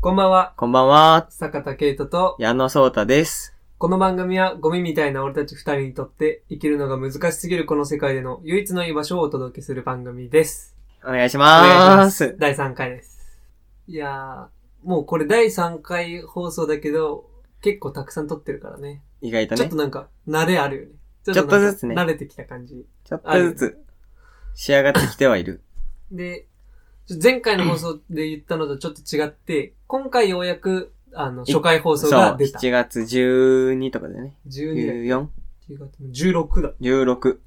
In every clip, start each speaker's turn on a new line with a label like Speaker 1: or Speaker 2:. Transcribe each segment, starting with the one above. Speaker 1: こんばんは、
Speaker 2: こんばんは、
Speaker 1: 坂田圭人と、
Speaker 2: 矢野聡太です。
Speaker 1: この番組はゴミみたいな俺たち二人にとって生きるのが難しすぎるこの世界での唯一の居場所をお届けする番組です。
Speaker 2: お願いし
Speaker 1: お
Speaker 2: まーす。
Speaker 1: 第3回です。いやー、もうこれ第3回放送だけど、結構たくさん撮ってるからね。
Speaker 2: 意外と
Speaker 1: ちょっ
Speaker 2: ね
Speaker 1: と、なんか、慣れあるよね。ち
Speaker 2: ょっとずつね
Speaker 1: なんか慣れてきた感じ。
Speaker 2: ちょっとずつ仕上がってきてはいる。
Speaker 1: で、ちょ前回の放送で言ったのとちょっと違って、今回ようやく、あの、初回放
Speaker 2: そ
Speaker 1: 送
Speaker 2: う、
Speaker 1: が出た。
Speaker 2: 7月12とかでね。
Speaker 1: 12
Speaker 2: 14?16?
Speaker 1: 月の16だ。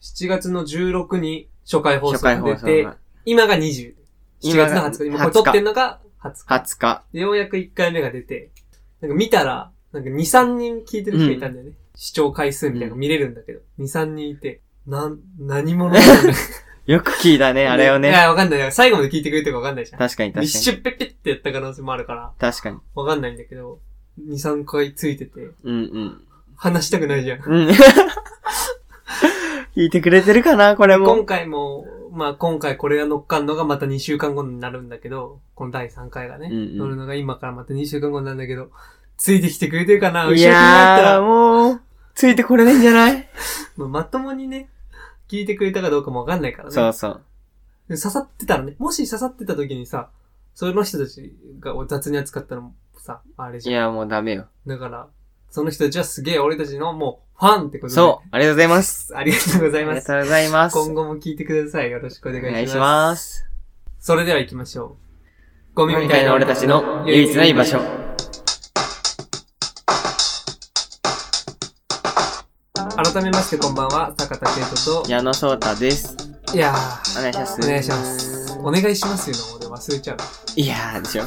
Speaker 1: 7月の16に初回放
Speaker 2: 初
Speaker 1: 送
Speaker 2: 回
Speaker 1: が
Speaker 2: 放
Speaker 1: 出
Speaker 2: 送
Speaker 1: て
Speaker 2: が、
Speaker 1: 今が20。7
Speaker 2: 今
Speaker 1: 月の
Speaker 2: が
Speaker 1: 20日。今これ撮ってんのが20日。
Speaker 2: 20日。
Speaker 1: でようやく1回目が出て、なんか見たら、なんか2、3人聞いてる人いたんだよね。視聴回数みたいなのが見れるんだけど、2、3人いて、なん、何者なんだろ
Speaker 2: よく聞いたね、
Speaker 1: う
Speaker 2: あれを
Speaker 1: い
Speaker 2: ね。
Speaker 1: や、わかんない。最後まで聞いてくれてるかわかんないじゃん。
Speaker 2: 確かに確
Speaker 1: 一
Speaker 2: かに。
Speaker 1: 瞬ペッペッってやった可能性もあるから、
Speaker 2: 確かに。
Speaker 1: わかんないんだけど、2、3回ついてて、
Speaker 2: うんうん。
Speaker 1: 話したくないじゃん。
Speaker 2: うん。 聞いてくれてるかな、これ
Speaker 1: 今
Speaker 2: も。
Speaker 1: 回も、まあ今回これが乗っかるのがまた2週間後になるんだけど、この第3回がね、
Speaker 2: うんうん
Speaker 1: 乗るのが今からまた2週間後になるんだけど、ついてきてくれてるかな後ろ
Speaker 2: い
Speaker 1: になった
Speaker 2: やー、
Speaker 1: ら、
Speaker 2: もう、ついてこれないんじゃない
Speaker 1: まあ、まともにね、聞いてくれたかどうかもわかんないからね。
Speaker 2: そうそう。
Speaker 1: で刺さってたらね、もし刺さってた時にさ、その人たちが雑に扱ったのもさ、あれ
Speaker 2: い
Speaker 1: じゃん。
Speaker 2: や、もうダメよ。
Speaker 1: だから、その人たちはすげえ俺たちのもうファンってことで。
Speaker 2: そう、ありがとうございます。
Speaker 1: う。ありがとうござ
Speaker 2: あ
Speaker 1: い
Speaker 2: り
Speaker 1: ま
Speaker 2: が
Speaker 1: す。
Speaker 2: とうございます。
Speaker 1: 今後も聞いてください。よろしくお
Speaker 2: お
Speaker 1: 願いします。
Speaker 2: 願いします。
Speaker 1: それでは行きましょう。ゴミ
Speaker 2: み
Speaker 1: み
Speaker 2: た
Speaker 1: た
Speaker 2: い
Speaker 1: い
Speaker 2: な
Speaker 1: な
Speaker 2: 俺
Speaker 1: 俺
Speaker 2: た
Speaker 1: た
Speaker 2: ち
Speaker 1: ち
Speaker 2: の
Speaker 1: の
Speaker 2: 唯
Speaker 1: 唯
Speaker 2: 一
Speaker 1: 一
Speaker 2: な
Speaker 1: な
Speaker 2: 居
Speaker 1: 居
Speaker 2: 場
Speaker 1: 場
Speaker 2: 所
Speaker 1: 所。改めましてこんばんは、坂田圭人と。
Speaker 2: 矢野聡太です。
Speaker 1: いや
Speaker 2: お願いします。
Speaker 1: ー、お願いします。お願いしますよの俺忘れちゃう。
Speaker 2: いやーでしょ。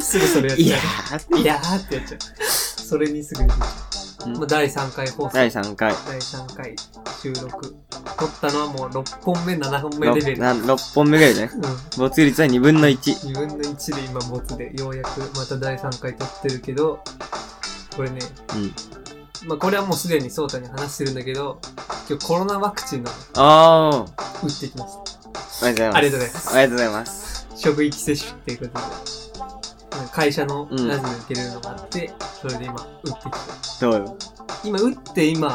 Speaker 1: すぐそれやっ
Speaker 2: い
Speaker 1: ち
Speaker 2: や
Speaker 1: ゃう。
Speaker 2: ー。
Speaker 1: いやーってやっちゃう。それにすぐに出ちゃ
Speaker 2: う
Speaker 1: う。
Speaker 2: ん
Speaker 1: まあ、第3回放送。
Speaker 2: 第3回。
Speaker 1: 第3回収録。撮ったのはもう6本目、7本目レベ
Speaker 2: 6,
Speaker 1: ル。
Speaker 2: な6本目ぐらいじゃない
Speaker 1: うん。
Speaker 2: 没率は2分の1。
Speaker 1: 2分の1で今ボツでようやくまた第3回撮ってるけどこれね、
Speaker 2: うん
Speaker 1: まあ、これはもうすでに颯太に話してるんだけど今日コロナワクチンの
Speaker 2: あー。
Speaker 1: 打ってきまし
Speaker 2: おめでとうございます。
Speaker 1: ありがとうございます
Speaker 2: おめでとうございます。
Speaker 1: た職域接種っていうことでうん会社の
Speaker 2: うん
Speaker 1: ラジオに受けれるのがあって、それで今打ってきた
Speaker 2: どうよ。
Speaker 1: 今打って今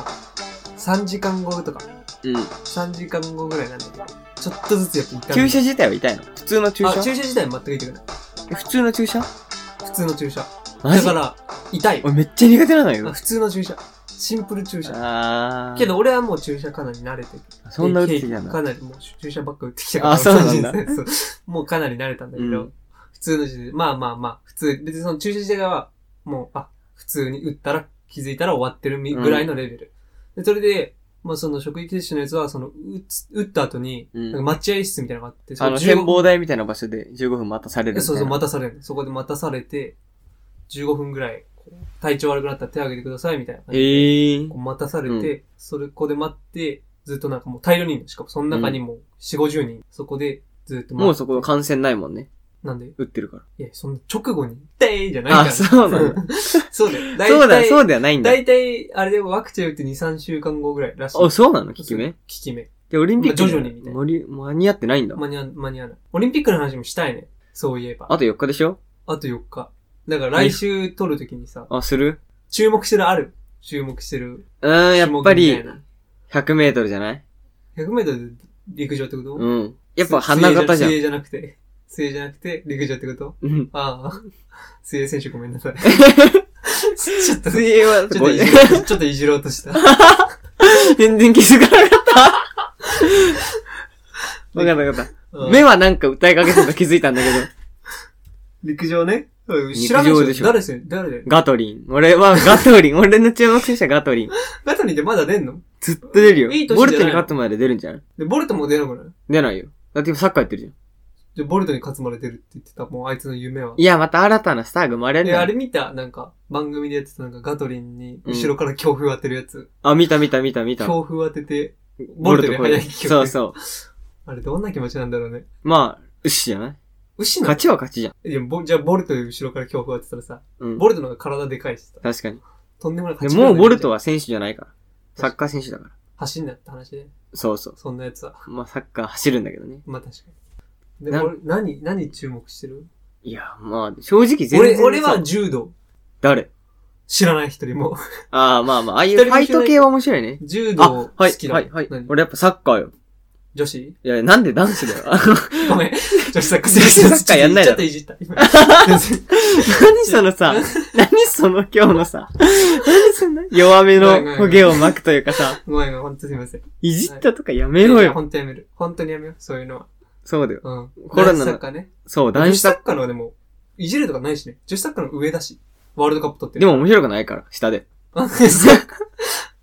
Speaker 1: 3時間後とか
Speaker 2: うん。
Speaker 1: 3時間後ぐらいなんだけどちょっとずつやっぱ痛み
Speaker 2: 注射自体は痛いの普通の注
Speaker 1: あ
Speaker 2: 射
Speaker 1: 注射自体は全く痛くない
Speaker 2: え普通の注射
Speaker 1: 普通の注射
Speaker 2: マ
Speaker 1: だ
Speaker 2: ジ
Speaker 1: から痛い
Speaker 2: 俺めっちゃ苦手なの
Speaker 1: あ
Speaker 2: よ。
Speaker 1: 普通の注射シンプル注射
Speaker 2: あー。
Speaker 1: けど、俺はもう注射かなり慣れてる。
Speaker 2: そんな打ってきたんだ
Speaker 1: か。なりもう注射ばっか打ってきた
Speaker 2: あそうなんだ
Speaker 1: 俺の人生そうもうかなり慣れたんだけど、
Speaker 2: うん
Speaker 1: 普通の注射、まあまあまあ、普通、別にその注射自体は、もう、あ、普通に打ったら気づいたら終わってるみぐらいのレベル。で、それで、まあその職域接種のやつは、その、打つ、打った後に、
Speaker 2: うん
Speaker 1: なんか待合室みたいなのがあって、そ
Speaker 2: あの、
Speaker 1: 15
Speaker 2: 展望台みたいな場所で15分待たされるみたいな。
Speaker 1: そうそう、待たされる。そこで待たされて、15分ぐらい、こう体調悪くなったら手を挙げてください、みたいな感
Speaker 2: え
Speaker 1: じで
Speaker 2: ー
Speaker 1: こ。う待たされて、
Speaker 2: う
Speaker 1: それこで待って、ずっとなんかもう大量に、しかもその中にも4、50人、そこでずっと待って。
Speaker 2: もうそこ感染ないもんね。
Speaker 1: なんで、
Speaker 2: 打ってるから。
Speaker 1: いや、その直後に、でーじゃないから。
Speaker 2: あ、そうなんだ。
Speaker 1: そうだよ。大体
Speaker 2: そうだ、そうではないんだ。
Speaker 1: 大体、あれでもワクチン打って2、3週間後ぐらいらしい。
Speaker 2: あ、そうなの効き目
Speaker 1: 効き目。
Speaker 2: で、オリンピック
Speaker 1: まあ徐々にみたいな
Speaker 2: 盛り間に合ってないんだ。
Speaker 1: 間に合わ間に合わない。オリンピックの話もしたいね。そういえば。
Speaker 2: あと4日でしょ
Speaker 1: あと4日。だから来週撮るときにさ、
Speaker 2: あ、する
Speaker 1: 注目してるある。注目してる。
Speaker 2: うーん、やっ
Speaker 1: 種
Speaker 2: ぱ
Speaker 1: 目み
Speaker 2: り
Speaker 1: たい、な
Speaker 2: 100メートルじゃない
Speaker 1: 100メートル陸上ってこと、
Speaker 2: うん。やっぱ花形じゃん
Speaker 1: 水。泳じゃなくて、水泳じゃなくて、陸上ってこと
Speaker 2: うん。
Speaker 1: あ あ、水泳選手ごめんな さい。ちょっと、ち
Speaker 2: 水泳は、
Speaker 1: ょっと
Speaker 2: ご
Speaker 1: い
Speaker 2: め
Speaker 1: じ
Speaker 2: ん
Speaker 1: ろうとちょっといじろうとした。
Speaker 2: 全然気づかな かった。わかったわかっ
Speaker 1: う
Speaker 2: た。
Speaker 1: ん
Speaker 2: 目はなんか歌いかけてたの気づいたんだけど。
Speaker 1: 陸上ね。うん
Speaker 2: 陸
Speaker 1: 知らない
Speaker 2: 上
Speaker 1: で
Speaker 2: で
Speaker 1: し
Speaker 2: し
Speaker 1: ょ
Speaker 2: ょ
Speaker 1: 誰ですよ誰で
Speaker 2: ガトリン。俺はガ トリン。俺の注目選手はガトリン。
Speaker 1: ガトリンってまだ出んの
Speaker 2: ずっと出るよ。
Speaker 1: いい年じゃ
Speaker 2: ボ
Speaker 1: ない
Speaker 2: ルトに勝つまで出るんじゃない
Speaker 1: で、ボルトも出なくない
Speaker 2: 出ないよ。だって今サッカーやってるじゃん。
Speaker 1: で、ボルトに勝つまで出るって言ってた、もうあいつの夢は。
Speaker 2: いや、また新たなスターが生まれるん
Speaker 1: で、
Speaker 2: だ
Speaker 1: あ
Speaker 2: よ
Speaker 1: れ見たなんか、番組でやってたなんかガトリンに後ろから強風当てるやつ。
Speaker 2: あ、見た見た見た見た。
Speaker 1: 強風当てて、ボルトより速い記
Speaker 2: そ
Speaker 1: 憶
Speaker 2: うそう。
Speaker 1: あれどんな気持ちなんだろうね。
Speaker 2: まあ、牛じゃない
Speaker 1: 牛の
Speaker 2: 勝ちは勝ちじゃん。
Speaker 1: いや、ボじゃあボルトより後ろから強風当てたらさ、
Speaker 2: うん。
Speaker 1: ボルトの方が体でかいしさ、
Speaker 2: 確かに。
Speaker 1: とんでもない
Speaker 2: で
Speaker 1: 勝ち
Speaker 2: もうボルト
Speaker 1: は
Speaker 2: は選手じゃないから。サッカー選手だから。
Speaker 1: 走んなって話で、
Speaker 2: そうそう。
Speaker 1: そんなやつは。
Speaker 2: まあ、サッカー走るんだけどね。
Speaker 1: まあ確かに。で、
Speaker 2: な
Speaker 1: 俺、何、何注目してる
Speaker 2: いや、まあ、正直全然
Speaker 1: 俺、
Speaker 2: さ。
Speaker 1: 俺は柔道。
Speaker 2: 誰
Speaker 1: 知らない一人も。
Speaker 2: ああ、まあまあ、ああいう
Speaker 1: 一人
Speaker 2: フ
Speaker 1: も知らな
Speaker 2: ァ
Speaker 1: い
Speaker 2: イト系は面白いね。
Speaker 1: 柔
Speaker 2: あ、
Speaker 1: 道
Speaker 2: は
Speaker 1: 好
Speaker 2: い
Speaker 1: き、だ。
Speaker 2: はい、はい
Speaker 1: 何。
Speaker 2: 俺やっぱサッカーよ。
Speaker 1: 女子
Speaker 2: いや、なんで男子だ よ。
Speaker 1: ご めん。女子サッカー
Speaker 2: 女子サッカーやんない
Speaker 1: ちょ
Speaker 2: だ
Speaker 1: っと
Speaker 2: ろ
Speaker 1: いじった。今
Speaker 2: 何そのさ、何その今日のさ、何その弱め
Speaker 1: ごめんごめ
Speaker 2: の
Speaker 1: ん
Speaker 2: ホゲを巻くというかさ、
Speaker 1: ごめんごめん、ほんとすいません。
Speaker 2: いじったとかやめろ
Speaker 1: いや
Speaker 2: よ。
Speaker 1: ほんとやめる。ほんとにやめよう、そういうのは。
Speaker 2: そうだよ。
Speaker 1: うん。
Speaker 2: コロ
Speaker 1: 男
Speaker 2: ナの
Speaker 1: 子サッカーね。
Speaker 2: そう、
Speaker 1: 女
Speaker 2: 男
Speaker 1: 子
Speaker 2: 子
Speaker 1: サ
Speaker 2: サッカ
Speaker 1: ッカーのはでも、いじるとかないしね。女子サッカーの上だし。ワールドカップ取って
Speaker 2: ー。
Speaker 1: る。
Speaker 2: でも面 白くないから、下で。
Speaker 1: あ、そう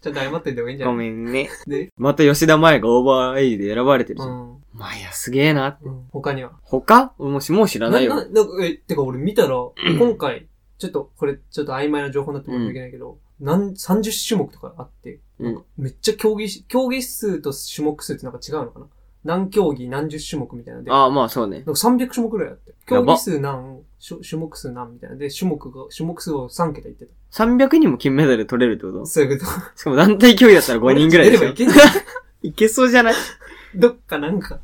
Speaker 1: ちょっと謝っていた方がいい んじゃな
Speaker 2: ご
Speaker 1: い
Speaker 2: めん ね
Speaker 1: で。
Speaker 2: また吉田麻也がオーバーエイジで選ばれてるじゃ。
Speaker 1: うんん。
Speaker 2: まあいや、すげえな。
Speaker 1: うん他には。
Speaker 2: 他もう、もう知らないよ。
Speaker 1: ななえ、てか俺見たら、今回、ちょっと、これ、ちょっと曖昧な情報になって申し訳ないけど、なん、30種目とかあって、
Speaker 2: うん
Speaker 1: めっちゃ競技し、競技数と種目数ってなんか違うのかな何競技、何十種目みたいなので、なんか
Speaker 2: ああ、まあそうね。
Speaker 1: 300種目ぐらいあって、
Speaker 2: や
Speaker 1: 競
Speaker 2: ば
Speaker 1: 技数何、種種目数何みたいなので、種目が、種目数を3桁いってた。
Speaker 2: 300人も金メダル取れるってこと
Speaker 1: そういうこと。
Speaker 2: しかも団体競技だったら5人ぐらいでし
Speaker 1: 俺
Speaker 2: ょ
Speaker 1: た。ち出ればいけ ない
Speaker 2: いけそうじゃない
Speaker 1: どっかなんか、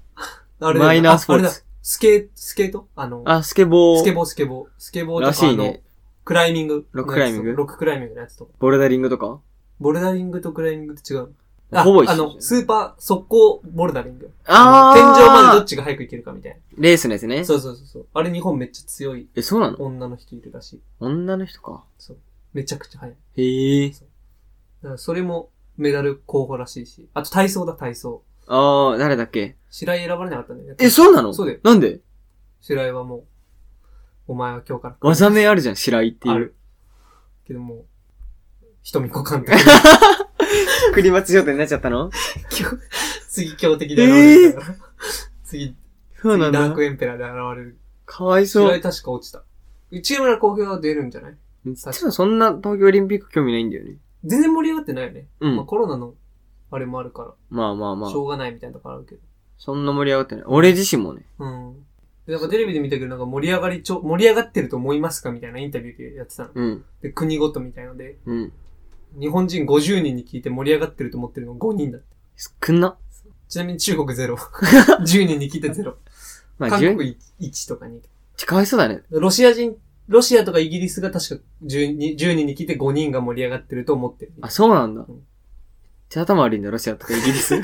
Speaker 1: あれだよ
Speaker 2: マイナースポーツ
Speaker 1: ああれだスケート、スケートあの、
Speaker 2: あ、スケボー。
Speaker 1: スケボー、スケボー、スケボー
Speaker 2: ら
Speaker 1: とか、
Speaker 2: し
Speaker 1: あ
Speaker 2: い
Speaker 1: の
Speaker 2: ね、。
Speaker 1: クライミングのやつと。
Speaker 2: ロッククライミング
Speaker 1: ロッククライミングのやつとか。
Speaker 2: ボルダリングとか
Speaker 1: ボルダリングとクライミングって違う。あ、
Speaker 2: ほぼ一緒
Speaker 1: あ
Speaker 2: じゃん
Speaker 1: の、スーパー速攻ボルダリング。
Speaker 2: あー。
Speaker 1: 天井までどっちが早く行けるかみたい
Speaker 2: レースのやつね
Speaker 1: な。。そうそうそうそう。あれ日本めっちゃ強い
Speaker 2: え、そうなの
Speaker 1: 女の人いるらしい。
Speaker 2: 女の人か。
Speaker 1: めちゃくちゃ速い。
Speaker 2: へえ。
Speaker 1: だからそれもメダル候補らしいし。あと体操だ、体操。
Speaker 2: ああ、誰だっけ
Speaker 1: 白井選ばれなかったんだよね。
Speaker 2: え、そうなの
Speaker 1: そうだよ。
Speaker 2: なんで
Speaker 1: 白井はもう、お前は今日から。
Speaker 2: 技名あるじゃん、白井って
Speaker 1: あ
Speaker 2: いう。
Speaker 1: る。けどもう、瞳子監 督。
Speaker 2: クリマツ状態になっちゃったの
Speaker 1: 今日 次強敵で現れるから。次、
Speaker 2: そう
Speaker 1: 次
Speaker 2: なん
Speaker 1: ダー
Speaker 2: だ
Speaker 1: ク。エンペラーで現れる。
Speaker 2: かわいそ
Speaker 1: 白井
Speaker 2: う。
Speaker 1: 確か落ちた。内村航平は出るんじゃない
Speaker 2: 実はそんな東京オリンピック興味ないんだよね。
Speaker 1: 全然盛り上がってないよね。
Speaker 2: う
Speaker 1: まあ
Speaker 2: ん。
Speaker 1: コロナのあれもあるか
Speaker 2: まあまあま
Speaker 1: ら、
Speaker 2: あ
Speaker 1: し。ょうがないみたいなとこあるけど。
Speaker 2: そんな盛り上がってない。俺自身もね。
Speaker 1: うん。で、なんかテレビで見たけど、なんか盛り上がりちょ、盛り上がってると思いますかみたいなインタビューでやってたの。
Speaker 2: うん。
Speaker 1: で、国ごとみたいので、
Speaker 2: うん。
Speaker 1: 日本人50人に聞いて盛り上がってると思ってるの5人だって。
Speaker 2: 少な。
Speaker 1: ちなみに中国 ゼロ。10人に聞いてゼロ。
Speaker 2: まあ、
Speaker 1: 韓
Speaker 2: 10
Speaker 1: 国1とか2。
Speaker 2: かわいそうだね。
Speaker 1: ロシア人、ロシアとかイギリスが確か 10, 人10人に聞いて5人が盛り上がってると思ってる。
Speaker 2: あ、そうなんだ。め
Speaker 1: うん
Speaker 2: っちゃ頭悪いんだ、ロシアとかイギリ ス。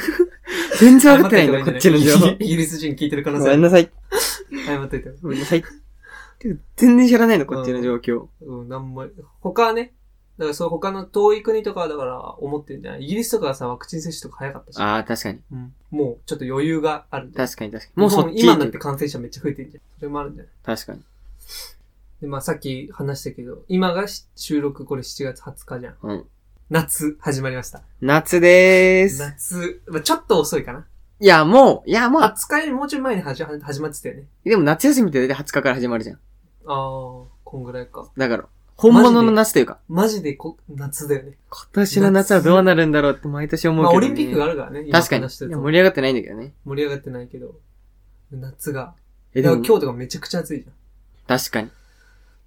Speaker 2: 全然分かってないんだ、こっちの情報
Speaker 1: イ。ギリス人聞いてる可能
Speaker 2: ご
Speaker 1: 性あ
Speaker 2: めん
Speaker 1: る。
Speaker 2: なさい。
Speaker 1: 謝っといて。
Speaker 2: ごめんなさい。全然知らないの、こっちの状況。
Speaker 1: うん、なんも、他はね、だからそう他の遠い国とかはだから思ってるんじゃないイギリスとかはさ、ワクチン接種とか早かったし。
Speaker 2: ああ、確かに。
Speaker 1: うん。もうちょっと余裕があるんじゃない
Speaker 2: 確かに確かに。もうそっ
Speaker 1: 日
Speaker 2: ち
Speaker 1: 本今になって
Speaker 2: 確
Speaker 1: 感染者めっちゃ増えてるじゃん。それもあるんじゃない
Speaker 2: かに。
Speaker 1: で、まあさっき話したけど、今がし収録これ7月20日じゃん。
Speaker 2: うん。
Speaker 1: 夏、始まりました。
Speaker 2: 夏でーす。
Speaker 1: 夏、まあ、ちょっと遅いかな。
Speaker 2: いや、もう、いや、まあ、
Speaker 1: 20日よりもうちょい前に始ま始まってたよね。
Speaker 2: でも夏休みって大体20日から始まるじゃん。
Speaker 1: あー、こんぐらいか。
Speaker 2: だから、本物の夏というか、
Speaker 1: マジでこ夏だよね。
Speaker 2: 今年の夏はどうなるんだろうって毎年思うけ
Speaker 1: ま
Speaker 2: ど
Speaker 1: あ
Speaker 2: ね。
Speaker 1: オリンピックがあるからね。今
Speaker 2: 確かに。
Speaker 1: 話してる
Speaker 2: い
Speaker 1: と
Speaker 2: や盛り上がってないんだけどね。
Speaker 1: 盛り上がってないけど、夏が。
Speaker 2: え、
Speaker 1: だか
Speaker 2: で
Speaker 1: ら
Speaker 2: も、
Speaker 1: 今日とかめちゃくちゃ暑いじゃん。
Speaker 2: 確かに。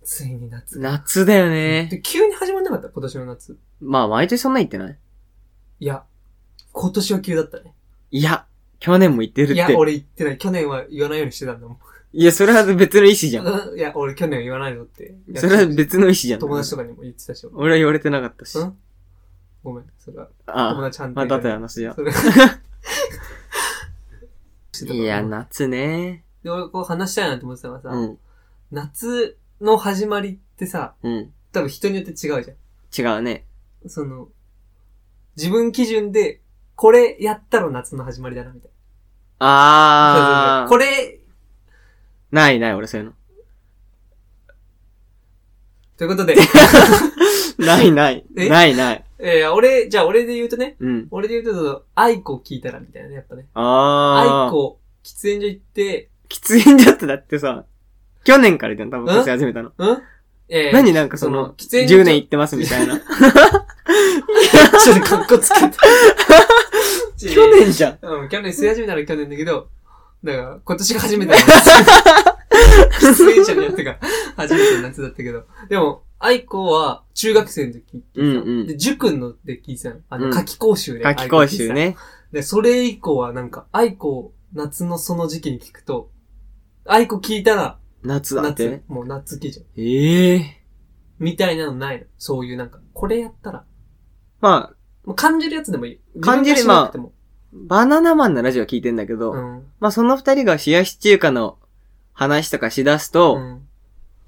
Speaker 1: ついに夏。
Speaker 2: 夏だよね。
Speaker 1: で急に始まんなかった今年の夏。
Speaker 2: まあ、毎年そんな言ってない
Speaker 1: いや、今年は急だったね。
Speaker 2: いや、去年も言ってるっ
Speaker 1: いや
Speaker 2: て、。
Speaker 1: 俺言ってない。去年は言わないようにしてたんだもん。
Speaker 2: いや、それは別の意思じゃん。
Speaker 1: うんいや、俺去年は言わないぞって。
Speaker 2: それは別の意思じゃん。
Speaker 1: 友達とかにも言ってたし。俺
Speaker 2: 俺は言われてなかったし。
Speaker 1: う
Speaker 2: あ
Speaker 1: んごめん、それは。友
Speaker 2: あ、
Speaker 1: 達反
Speaker 2: ま
Speaker 1: 対
Speaker 2: た後で話じゃ。
Speaker 1: それ
Speaker 2: いや、。夏ね。
Speaker 1: で、俺こう話したいなって思ってたのはさ、
Speaker 2: うん。
Speaker 1: 夏の始まりってさ、
Speaker 2: うん。
Speaker 1: 多分人によって違うじゃん。
Speaker 2: 違うね。
Speaker 1: その、自分基準で、これやったら夏の始まりだな、みたいな。
Speaker 2: あ
Speaker 1: そ
Speaker 2: ー。
Speaker 1: うそうそうこれ、
Speaker 2: ないない、俺そういうの。
Speaker 1: ということ で、
Speaker 2: ないない。
Speaker 1: え
Speaker 2: ないない。
Speaker 1: えー、俺、じゃあ俺で言うとね、
Speaker 2: うん。
Speaker 1: 俺で言うと、愛子聞いたら、みたいなね、やっぱね。愛
Speaker 2: あー。
Speaker 1: 子、喫煙所行って、
Speaker 2: 喫煙所ってだってさ、去年からじゃん、多分吸い始めたの。
Speaker 1: うんえ ー、
Speaker 2: 何なんかその、
Speaker 1: 喫煙所
Speaker 2: 10年行ってますみ たいな。
Speaker 1: ちょっとカッコつけた。
Speaker 2: 去年じゃん。
Speaker 1: うん、去年吸い始めたら去年だけど、だから、今年が初めての夏。出演者のやつが初めての夏だったけど。でも、愛子は中学生の時聞いてた。
Speaker 2: うんうん
Speaker 1: で、塾ので聞いてたの。あ
Speaker 2: う
Speaker 1: の、
Speaker 2: ん
Speaker 1: 夏季講習で。
Speaker 2: 夏季講習。ね。
Speaker 1: で、それ以降はなんか、愛子を夏のその時期に聞くと、愛子聞いたら、
Speaker 2: 夏だって
Speaker 1: 夏、もう夏基準。
Speaker 2: ええ
Speaker 1: みたいなのないの。そういうなんか、これやったら。
Speaker 2: まあ、
Speaker 1: もう感じるやつでもいい。
Speaker 2: 感じる
Speaker 1: 自分がしなくても。
Speaker 2: バナナマンのラジオ聞いてんだけど、
Speaker 1: うん。
Speaker 2: まあその二人が冷やし中華の話とかしだすと、
Speaker 1: うん。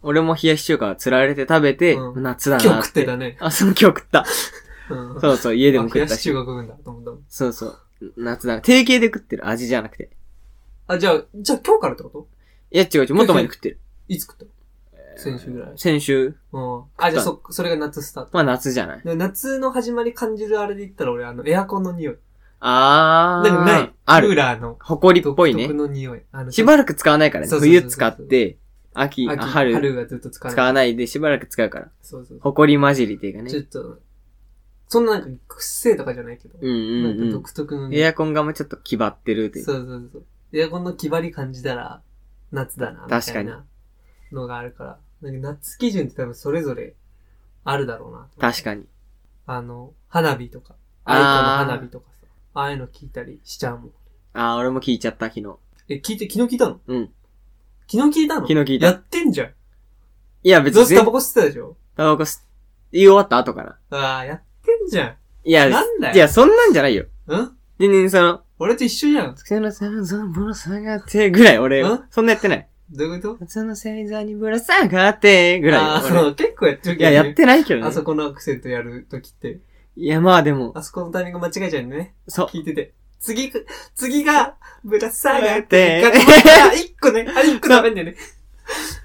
Speaker 2: 俺も冷やし中華釣られて食べて、
Speaker 1: うん
Speaker 2: 夏だなって。
Speaker 1: 今日食ってたね。
Speaker 2: あ、その今日食った。
Speaker 1: うん。
Speaker 2: そうそう、家でも食っ
Speaker 1: あ冷
Speaker 2: た
Speaker 1: やし中
Speaker 2: し。
Speaker 1: 華食うんだと思ったもん。
Speaker 2: そうそう。夏だ。定型で食ってる味じゃなくて。
Speaker 1: あ、じゃあ、じゃあ今日からってこと
Speaker 2: いや、違う違う、もっと前に食ってる。
Speaker 1: いつ食ったの先週ぐらい。
Speaker 2: 先週。
Speaker 1: うん。あ、じゃあそ、それが夏スタート。
Speaker 2: まあ夏じゃない。
Speaker 1: で夏の始まり感じるあれで言ったら俺、あの、エアコンの匂い。
Speaker 2: あー。
Speaker 1: なんかない。
Speaker 2: あ
Speaker 1: クー
Speaker 2: る。
Speaker 1: ラーの。
Speaker 2: ほこりっ
Speaker 1: 独
Speaker 2: ぽい
Speaker 1: 特
Speaker 2: ね。
Speaker 1: の匂い。あの
Speaker 2: しばらく使わないからね。
Speaker 1: そうそうそうそう
Speaker 2: 冬使って、秋、あ
Speaker 1: 秋
Speaker 2: 春
Speaker 1: 春がずっと使わ
Speaker 2: 使
Speaker 1: ない。
Speaker 2: わないでしばらく使うから。
Speaker 1: そうそうそ
Speaker 2: ほこり混じりっていうか
Speaker 1: う。ちょっ
Speaker 2: ね。
Speaker 1: と、そんななんか、癖とかじゃないけど。
Speaker 2: うんうん
Speaker 1: なんか
Speaker 2: うん。
Speaker 1: 独特の匂い
Speaker 2: エアコンがもうちょっと気張ってるという。
Speaker 1: そうそうそう。エアコンの気張り感じたら、夏だな、み
Speaker 2: 確
Speaker 1: た
Speaker 2: か
Speaker 1: い
Speaker 2: に
Speaker 1: なのがあるから。なんか夏基準って多分それぞれあるだろうな。
Speaker 2: 確かに。
Speaker 1: あの、花火とか、アイコの
Speaker 2: あー
Speaker 1: 花火とかさ、ああいうの聞いたりしちゃうもん。
Speaker 2: あー、俺も聞いちゃった、昨日。
Speaker 1: え、聞いて、昨日聞いたの
Speaker 2: うん。
Speaker 1: 昨日聞いたの
Speaker 2: 昨日聞い
Speaker 1: や
Speaker 2: た。
Speaker 1: ってんじゃん。
Speaker 2: いや、別
Speaker 1: ず
Speaker 2: に
Speaker 1: っと
Speaker 2: 全
Speaker 1: タ
Speaker 2: 部
Speaker 1: バ、コ吸ってたでしょ
Speaker 2: タバコ吸言い終わった後かな。
Speaker 1: ああ、やってんじゃ
Speaker 2: いや、
Speaker 1: ん。なんだ
Speaker 2: いや、
Speaker 1: よ。
Speaker 2: そんなんじゃないよ。
Speaker 1: うん
Speaker 2: 全然その、
Speaker 1: 俺と一緒じゃん。
Speaker 2: 夏の星座にぶら下がってぐらい、俺
Speaker 1: ん、
Speaker 2: そんなやってない。
Speaker 1: どういうこと
Speaker 2: 夏の星座にぶら下がってぐ
Speaker 1: あ
Speaker 2: らい
Speaker 1: あ、
Speaker 2: 俺。
Speaker 1: そう結構やってる
Speaker 2: い
Speaker 1: け
Speaker 2: や、
Speaker 1: ど、ね。
Speaker 2: やってないけど
Speaker 1: あそ
Speaker 2: ね。
Speaker 1: このアクセントやるときって。
Speaker 2: いや、まあでも、
Speaker 1: あそこのタイミング間違えちゃうんだね。
Speaker 2: そう。
Speaker 1: 聞いてて。次が、次が、ぶら下がっ
Speaker 2: え
Speaker 1: て、
Speaker 2: ー
Speaker 1: が、が一個ね、あ、一個食べんだよね。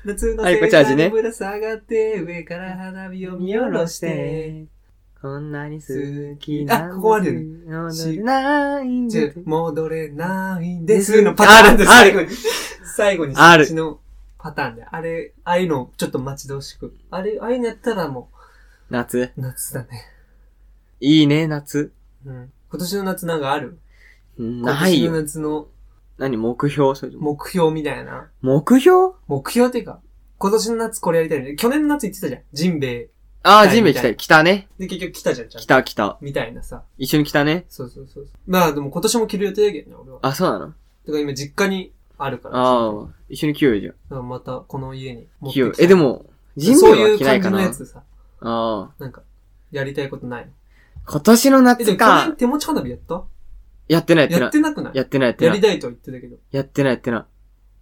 Speaker 1: 夏の
Speaker 2: アイコ
Speaker 1: 星
Speaker 2: チャージ
Speaker 1: 座
Speaker 2: ね
Speaker 1: にぶら下がって、上から花火を見下ろして。。
Speaker 2: こんなに好
Speaker 1: 好
Speaker 2: き
Speaker 1: きな
Speaker 2: な
Speaker 1: んんですすあ
Speaker 2: で。
Speaker 1: ここまでね
Speaker 2: 踊れないん
Speaker 1: じゃ
Speaker 2: で。
Speaker 1: 戻れないんですのパターンです。
Speaker 2: あ
Speaker 1: 最
Speaker 2: る
Speaker 1: 後に。最後に、
Speaker 2: ある
Speaker 1: そっちのパターンで。あれ、ああいうのをちょっと待ち遠しく。あれ、ああいうのやったらも
Speaker 2: 夏。
Speaker 1: う、夏だね。
Speaker 2: いいね、夏。
Speaker 1: うん。今年の夏なんかある
Speaker 2: ない
Speaker 1: 今年
Speaker 2: よ。
Speaker 1: の夏の
Speaker 2: 何、目標それとも
Speaker 1: 目標みたいな。
Speaker 2: 目標
Speaker 1: 目標っていうか、今年の夏これやりたいね。去年の夏言ってたじゃん。ジンベエ。
Speaker 2: あ
Speaker 1: は
Speaker 2: あ、
Speaker 1: い
Speaker 2: ジンベエ来たよ。来たね。
Speaker 1: で、結局来たじゃん、ちゃん
Speaker 2: 来
Speaker 1: と。
Speaker 2: た、来た。
Speaker 1: みたいなさ。
Speaker 2: 一緒に来たね。
Speaker 1: そうそうそうそう。まあでも今年も着る予定だけどね、俺は。
Speaker 2: あ、そうなの
Speaker 1: だから今実家にあるから。
Speaker 2: あ
Speaker 1: だか
Speaker 2: あ、一緒に来ようよじゃ
Speaker 1: らまたこの家に
Speaker 2: あ。
Speaker 1: 持っ
Speaker 2: 来
Speaker 1: て
Speaker 2: よう
Speaker 1: き。た
Speaker 2: え、でも、ジン
Speaker 1: そう
Speaker 2: ベエ
Speaker 1: い
Speaker 2: は
Speaker 1: う
Speaker 2: 来な
Speaker 1: 感
Speaker 2: いか
Speaker 1: じの
Speaker 2: な
Speaker 1: や
Speaker 2: あ
Speaker 1: つさ、
Speaker 2: あ。
Speaker 1: なんか、やりたいことないの
Speaker 2: 今年の
Speaker 1: え、でも
Speaker 2: 夏
Speaker 1: 去年
Speaker 2: か。
Speaker 1: 手持ち花火やった
Speaker 2: やってない、や
Speaker 1: や
Speaker 2: っ
Speaker 1: っててなくな
Speaker 2: ない。
Speaker 1: い
Speaker 2: やってない、やって
Speaker 1: や
Speaker 2: な
Speaker 1: り
Speaker 2: い。
Speaker 1: たいとは言ってたけど。
Speaker 2: やってない、やってない。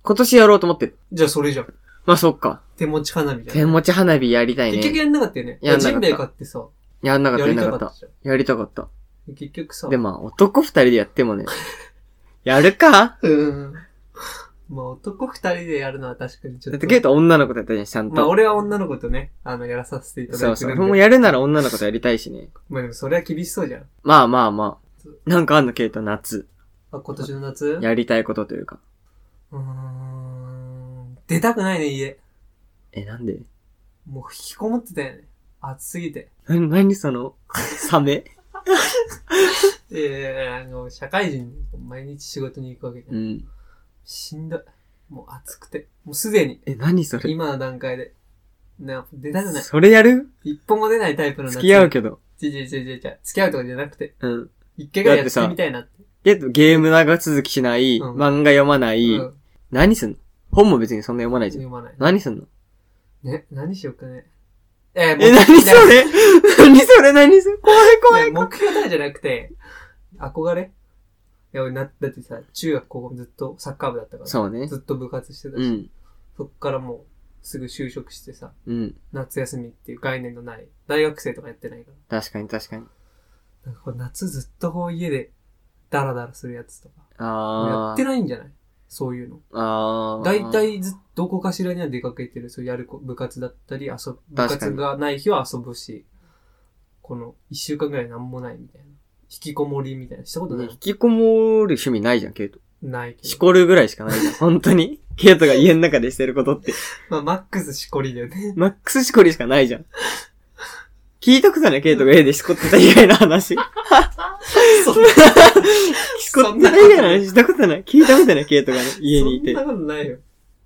Speaker 2: 今年やろうと思ってる。
Speaker 1: じゃあそれじゃん。
Speaker 2: まあ、そっか。
Speaker 1: 手持ち花火じゃん。
Speaker 2: 手持ち花火やりたい
Speaker 1: 結局
Speaker 2: ね。
Speaker 1: やんなかったよね。
Speaker 2: やんなかった
Speaker 1: ジンベエ買ってさ、
Speaker 2: やんなかった、
Speaker 1: や
Speaker 2: やん
Speaker 1: り
Speaker 2: な
Speaker 1: た
Speaker 2: か
Speaker 1: か
Speaker 2: っ
Speaker 1: った
Speaker 2: た。
Speaker 1: じゃ
Speaker 2: やりたかった。
Speaker 1: ん。結局さ、
Speaker 2: でもまあ、男二人でやってもね、 やるか
Speaker 1: うん。まあ男二人でやるのは確かにちょ
Speaker 2: だ
Speaker 1: っ
Speaker 2: って
Speaker 1: と。
Speaker 2: ゲート女の子だったじゃん、ちゃん
Speaker 1: まあ
Speaker 2: と。
Speaker 1: 俺は女の子とね、あの、やらさせていただいて
Speaker 2: そ
Speaker 1: るん
Speaker 2: う
Speaker 1: で。
Speaker 2: そう。もうやるなら女の子とやりたいしね。
Speaker 1: まあでもそれは厳しそうじゃん。
Speaker 2: まあまあまあ。なんかあんの、ケイト、夏。
Speaker 1: あ、今年の夏
Speaker 2: やりたいことというか。
Speaker 1: うーん。出たくないね、家。
Speaker 2: え、なんで
Speaker 1: もう引きこもってたよね。暑すぎて。
Speaker 2: な、なにその、サメ
Speaker 1: えー、あの、社会人、毎日仕事に行くわけじゃ。
Speaker 2: うんん。
Speaker 1: しんどい。もう暑くて。もうすでに、
Speaker 2: え、なにそれ
Speaker 1: 今の段階で。な、出たくない。
Speaker 2: それやる
Speaker 1: 一歩も出ないタイプの
Speaker 2: 付き合う
Speaker 1: け
Speaker 2: けど。
Speaker 1: ど。違う違う違う違う。付き合うとかじゃなくて、
Speaker 2: うん。
Speaker 1: 一回ぐらい
Speaker 2: だ
Speaker 1: や
Speaker 2: って
Speaker 1: っ
Speaker 2: さ
Speaker 1: てみたいなって。
Speaker 2: ゲート、ゲーム長続きしない、
Speaker 1: うん
Speaker 2: 漫画読まない、
Speaker 1: うん
Speaker 2: 何すんの本も別にそんな読まないじゃん。
Speaker 1: 読まない。
Speaker 2: 何すんの
Speaker 1: ね、何しようかね。えー、
Speaker 2: え、何それ何それ何それ怖い怖い。
Speaker 1: いや目標とかじゃなくて、憧れいや、俺な、だってさ、中学高校ずっとサッカー部だったから、
Speaker 2: そうね
Speaker 1: ず。っと部活してたし、
Speaker 2: うん。
Speaker 1: そっからもう、すぐ就職してさ、
Speaker 2: うん。
Speaker 1: 夏休みっていう概念のない、大学生とかやってないから。
Speaker 2: 確かに確かに。
Speaker 1: なんかこれ夏ずっとこう家で、ダラダラするやつとか。や
Speaker 2: あ
Speaker 1: って
Speaker 2: ー。
Speaker 1: ないんじゃないそういうの。
Speaker 2: あー。
Speaker 1: 大体ず、どこかしらには出かけてる。そうやるこ部活だったり、遊ぶ、部
Speaker 2: 確か
Speaker 1: 活
Speaker 2: に
Speaker 1: がない日は遊ぶし、この、一週間ぐらいなんもないみたいな。引きこもりみたいな。したことな
Speaker 2: ね
Speaker 1: い、
Speaker 2: 引きこもる趣味ないじゃん、ケイト。
Speaker 1: ないけど。
Speaker 2: しこるぐらいし かないじゃん。本当に。ケイトが家の中でしてることって。
Speaker 1: まあ、マックスしこりだよ ね。
Speaker 2: マックスしこりしかないじゃん。聞いたことない、ケイトが家でしこってた以外の話。
Speaker 1: そ
Speaker 2: しこってた以外の話したことない。聞いたことない、ケイトがね、家にい て
Speaker 1: そん。なことないよ。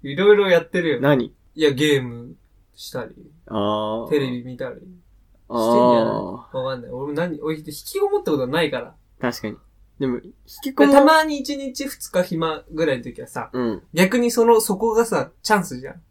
Speaker 1: いろいろやってるよ。
Speaker 2: 何
Speaker 1: いや、ゲームしたり、
Speaker 2: あー。
Speaker 1: テレビ見たり。
Speaker 2: あ
Speaker 1: してんじゃない
Speaker 2: ー。
Speaker 1: わかんない。俺も何、俺引きこもったことはないから。
Speaker 2: 確かに。でも、引きこ
Speaker 1: で
Speaker 2: も
Speaker 1: たまに1日2日暇ぐらいの時はさ、
Speaker 2: うん。
Speaker 1: 逆にその、そこがさ、チャンスじゃん。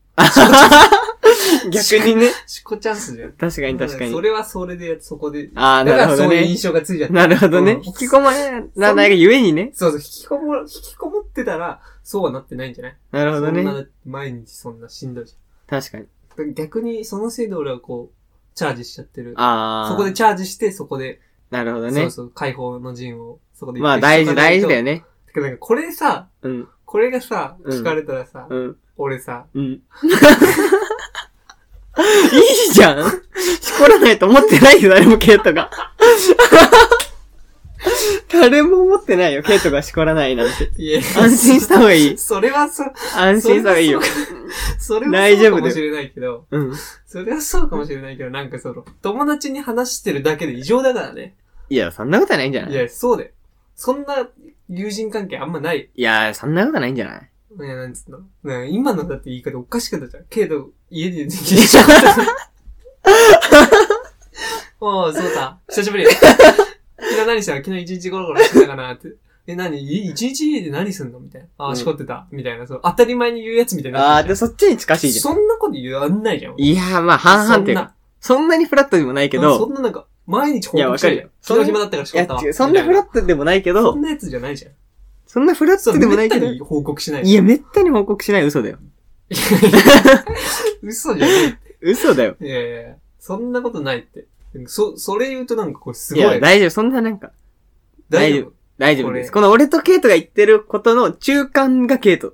Speaker 2: 逆にね。
Speaker 1: しこチャンスじゃん。
Speaker 2: 確かに確か
Speaker 1: そ
Speaker 2: に。
Speaker 1: れはそれで、そこで。
Speaker 2: ああ、
Speaker 1: だ
Speaker 2: な
Speaker 1: か
Speaker 2: る
Speaker 1: らそ
Speaker 2: ほど
Speaker 1: ういう
Speaker 2: ね。
Speaker 1: 印象がついちゃった。
Speaker 2: なるほどね。
Speaker 1: うん
Speaker 2: 引きこもれな、ないがゆえにね。
Speaker 1: そうそう、引きこも、引きこもってたら、そうはなってないんじゃない
Speaker 2: なるほど
Speaker 1: そん
Speaker 2: ね。
Speaker 1: な、毎日そんなしんどいじ
Speaker 2: 確かに。
Speaker 1: ゃん。逆に、そのせいで俺はこう、チャージしちゃってる。
Speaker 2: ああ。
Speaker 1: そこでチャージして、そこで、
Speaker 2: なるほど
Speaker 1: そ
Speaker 2: ね
Speaker 1: う。そう、解放の陣を、そこで
Speaker 2: まあ大事、大事だ
Speaker 1: ね。
Speaker 2: よね。
Speaker 1: てかなんかこれさ、
Speaker 2: うん。
Speaker 1: これがさ、
Speaker 2: うん
Speaker 1: 聞かれたらさ、
Speaker 2: うん。
Speaker 1: 俺さ、
Speaker 2: うん。いいじゃんしこらないと思ってないよ、誰もケ イトが。誰も思ってないよ、ケイトがしこらない なんて。
Speaker 1: いや、
Speaker 2: 安心した方がい い。
Speaker 1: それはそ、
Speaker 2: 安心した方がいいよ。
Speaker 1: それは
Speaker 2: 大
Speaker 1: そ
Speaker 2: 丈
Speaker 1: うか
Speaker 2: 夫だ
Speaker 1: も
Speaker 2: よ
Speaker 1: しれないけど、
Speaker 2: うん。
Speaker 1: それはそうかもしれないけど、なんかその、友達に話してるだけで異常だからね。
Speaker 2: いや、そんなことはないんじゃないいいや
Speaker 1: や、そうだよ。そんな友人関係あんまない。
Speaker 2: そんなことはないんじゃない
Speaker 1: いや、なんつうの。ね今のだって言い方おかしかったじゃん。けど、家で聞いちゃったじゃん。 おう、そうか。久しぶり。昨日何したの昨日一日ゴロゴロしてたかなって。え、何い一日家で何すんのみたいな。あ
Speaker 2: う
Speaker 1: あ、
Speaker 2: ん
Speaker 1: しこってた。みたいな。そう、当たり前に言うやつみたいになっ
Speaker 2: あー、
Speaker 1: て
Speaker 2: で、そっちに近しい
Speaker 1: る
Speaker 2: じゃん。
Speaker 1: そんなこと言わんないじゃん。
Speaker 2: いやー、まあ、半々ってい
Speaker 1: そん
Speaker 2: うか、
Speaker 1: な
Speaker 2: そんなにフラットでもないけ
Speaker 1: うんそ
Speaker 2: ど、
Speaker 1: んななんか、毎日報告して
Speaker 2: いや
Speaker 1: る
Speaker 2: わかるよ
Speaker 1: じゃん。昨日暇だったからし
Speaker 2: い
Speaker 1: こっ
Speaker 2: や
Speaker 1: たわ。
Speaker 2: 違う、そんなフラットでもないけ
Speaker 1: そ
Speaker 2: ど
Speaker 1: ん、なやつじゃないじゃん。
Speaker 2: そんなフラッ
Speaker 1: そ
Speaker 2: ト
Speaker 1: う、
Speaker 2: で
Speaker 1: で
Speaker 2: も
Speaker 1: も
Speaker 2: な
Speaker 1: ないい
Speaker 2: け
Speaker 1: け
Speaker 2: ど、
Speaker 1: ど。報告しない
Speaker 2: いや、めったに報告しない嘘だよ。
Speaker 1: 嘘じゃない。
Speaker 2: 嘘だよ。
Speaker 1: いやいやいやそんなことないって。そ、それ言うとなんかこれす
Speaker 2: い
Speaker 1: ごい。
Speaker 2: や、大丈夫、そんななんか、
Speaker 1: 大
Speaker 2: 大丈大丈夫です。
Speaker 1: こ
Speaker 2: この俺とケイトが言ってることの中間がケイト。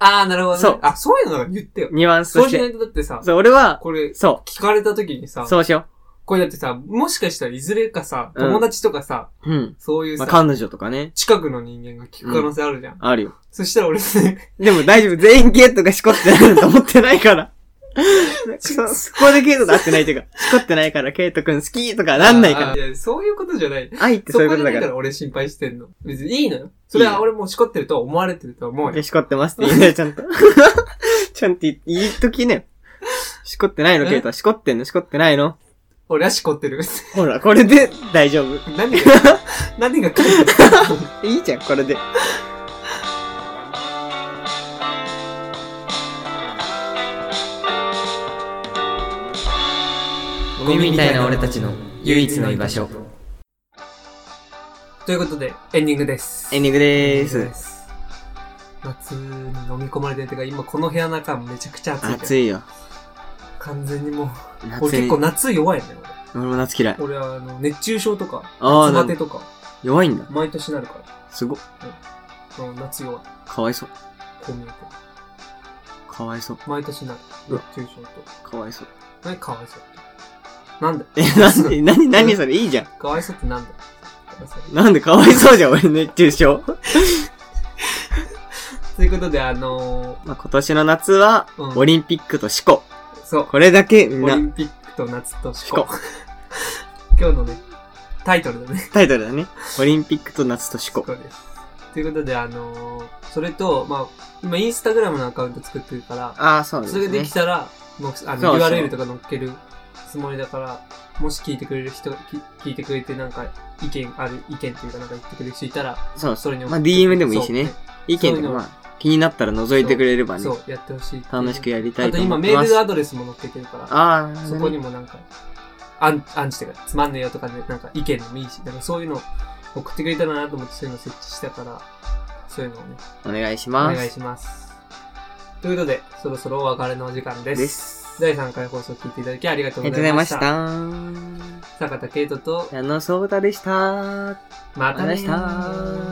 Speaker 1: ああ、なるほど、ね。
Speaker 2: そう
Speaker 1: あ、そういうのなんか言ってよ。
Speaker 2: ニュアンス
Speaker 1: そ
Speaker 2: と
Speaker 1: う
Speaker 2: し
Speaker 1: しな
Speaker 2: て。
Speaker 1: いとだってさ、
Speaker 2: そう、俺は、
Speaker 1: これ
Speaker 2: そ
Speaker 1: 聞かれた時にさ
Speaker 2: う、、そうしよ
Speaker 1: これだってさ、もしかしたらいずれかさ、
Speaker 2: うん
Speaker 1: 友達とかさ、
Speaker 2: う。うん。
Speaker 1: そういう
Speaker 2: ま
Speaker 1: さ、
Speaker 2: あ、彼女とかね。
Speaker 1: 近くの人間が聞く可能性あるじゃん。
Speaker 2: あるよ。
Speaker 1: そしたら俺ね、
Speaker 2: でも大丈夫、全員ケイトがしこってなると思ってないから。 そ、そこでケイトと合ってないというか、しこってないからケイトくん好きとかなんないから
Speaker 1: あ。ーいや、そういうことじゃない。
Speaker 2: 愛って
Speaker 1: そ
Speaker 2: そういう
Speaker 1: こ
Speaker 2: こ
Speaker 1: じ
Speaker 2: と
Speaker 1: ゃな
Speaker 2: だ
Speaker 1: い
Speaker 2: か。
Speaker 1: からら俺心配してんの。別にいいのよ。それは俺もうしこってると思われてると思うよ
Speaker 2: で。しこってますって言いなよ、ちゃんと。 ちゃんと言いときね。しこってないの、
Speaker 1: え
Speaker 2: ケイトは。しこってんのしこってないの
Speaker 1: 俺はしこってる。
Speaker 2: ほら、これで大丈夫。
Speaker 1: 何が、 何が書いてある
Speaker 2: いいじゃん、これで。
Speaker 3: ゴミみたいな俺たちの唯一の居場所。
Speaker 1: ということで、エンディングです。
Speaker 2: エンディングでーす。
Speaker 1: す。夏に飲み込まれてるというか、今この部屋の中めちゃくちゃ暑いじゃん。
Speaker 2: 暑いよ。
Speaker 1: 完全にもう、俺
Speaker 2: 夏
Speaker 1: 結
Speaker 2: に。
Speaker 1: 構
Speaker 2: 俺
Speaker 1: 夏弱いね。
Speaker 2: も夏嫌い。
Speaker 1: 俺俺はあの、熱中症とか、
Speaker 2: ああ、
Speaker 1: 夏
Speaker 2: な
Speaker 1: バ
Speaker 2: ん
Speaker 1: テとか、
Speaker 2: 弱いんだ。
Speaker 1: 毎年なるか
Speaker 2: すご。
Speaker 1: ら、うん、夏弱い。
Speaker 2: かわいそう。
Speaker 1: こう見えて。
Speaker 2: かわいそう。
Speaker 1: 毎年なる。
Speaker 2: う
Speaker 1: 熱
Speaker 2: わ
Speaker 1: 中症と。
Speaker 2: かわいそう。
Speaker 1: 何かわいそうって。なんだよ
Speaker 2: え、なんで、なに、なにそれいいじゃん。
Speaker 1: かわいそうってなんだよかわいそう
Speaker 2: なんでかわいそうじゃん、俺熱中症。
Speaker 1: ということで、あの
Speaker 2: まあ、今年の夏は、
Speaker 1: ー、うん
Speaker 2: オリンピックと四股。
Speaker 1: そう。
Speaker 2: これだけみん
Speaker 1: オリ
Speaker 2: な、
Speaker 1: ンピックと夏と四
Speaker 2: 四
Speaker 1: 股。 今日のね、タイトルだね。
Speaker 2: タイトルだね。オリンピックと夏と四
Speaker 1: 四
Speaker 2: 股。
Speaker 1: 股です。ということで、あのーそれと、まあ、今インスタグラムのアカウント作ってるから、
Speaker 2: ああ、そうで
Speaker 1: それ
Speaker 2: す
Speaker 1: がで
Speaker 2: ね
Speaker 1: き。たら、もうあの
Speaker 2: そうそう
Speaker 1: URL とか載っけるつもりだから、もし聞いてくれる人、き聞いてくれてなんか意見、ある意見というかなんか言ってくれる人いたら、
Speaker 2: そう
Speaker 1: それに送
Speaker 2: まあ
Speaker 1: って
Speaker 2: DM でもいいしね。意見
Speaker 1: そういう
Speaker 2: とか、
Speaker 1: の
Speaker 2: まあ、気になったら覗いてくれれば
Speaker 1: そう
Speaker 2: ね
Speaker 1: そ、う、やってほしい。
Speaker 2: 楽しく
Speaker 1: や
Speaker 2: やりた
Speaker 1: あ
Speaker 2: い
Speaker 1: と
Speaker 2: と
Speaker 1: 今
Speaker 2: 思い
Speaker 1: メー
Speaker 2: ます
Speaker 1: ル。アドレスも載っけてるから、
Speaker 2: ああ、
Speaker 1: そこにもなんか、アンアンチとか、つまんねえよとかね、なんか意見でもいいし、なんかそういうの送ってくれたらなと思ってそういうの設置したから、そういうのをね、
Speaker 2: お願いし
Speaker 1: お
Speaker 2: ま
Speaker 1: 願い
Speaker 2: す。
Speaker 1: します。ということで、そろそろお別れのお時間です。
Speaker 2: です。
Speaker 1: 第3回放送聞いていただきありがと
Speaker 2: あ
Speaker 1: う
Speaker 2: り
Speaker 1: ご
Speaker 2: がとうご
Speaker 1: ざ
Speaker 2: ざ
Speaker 1: い
Speaker 2: い
Speaker 1: ま
Speaker 2: ま
Speaker 1: し。
Speaker 2: したた。
Speaker 1: 坂田圭人と、
Speaker 2: 矢野聡太でした。
Speaker 1: ま
Speaker 2: また
Speaker 1: たね
Speaker 2: で
Speaker 1: ー
Speaker 2: した。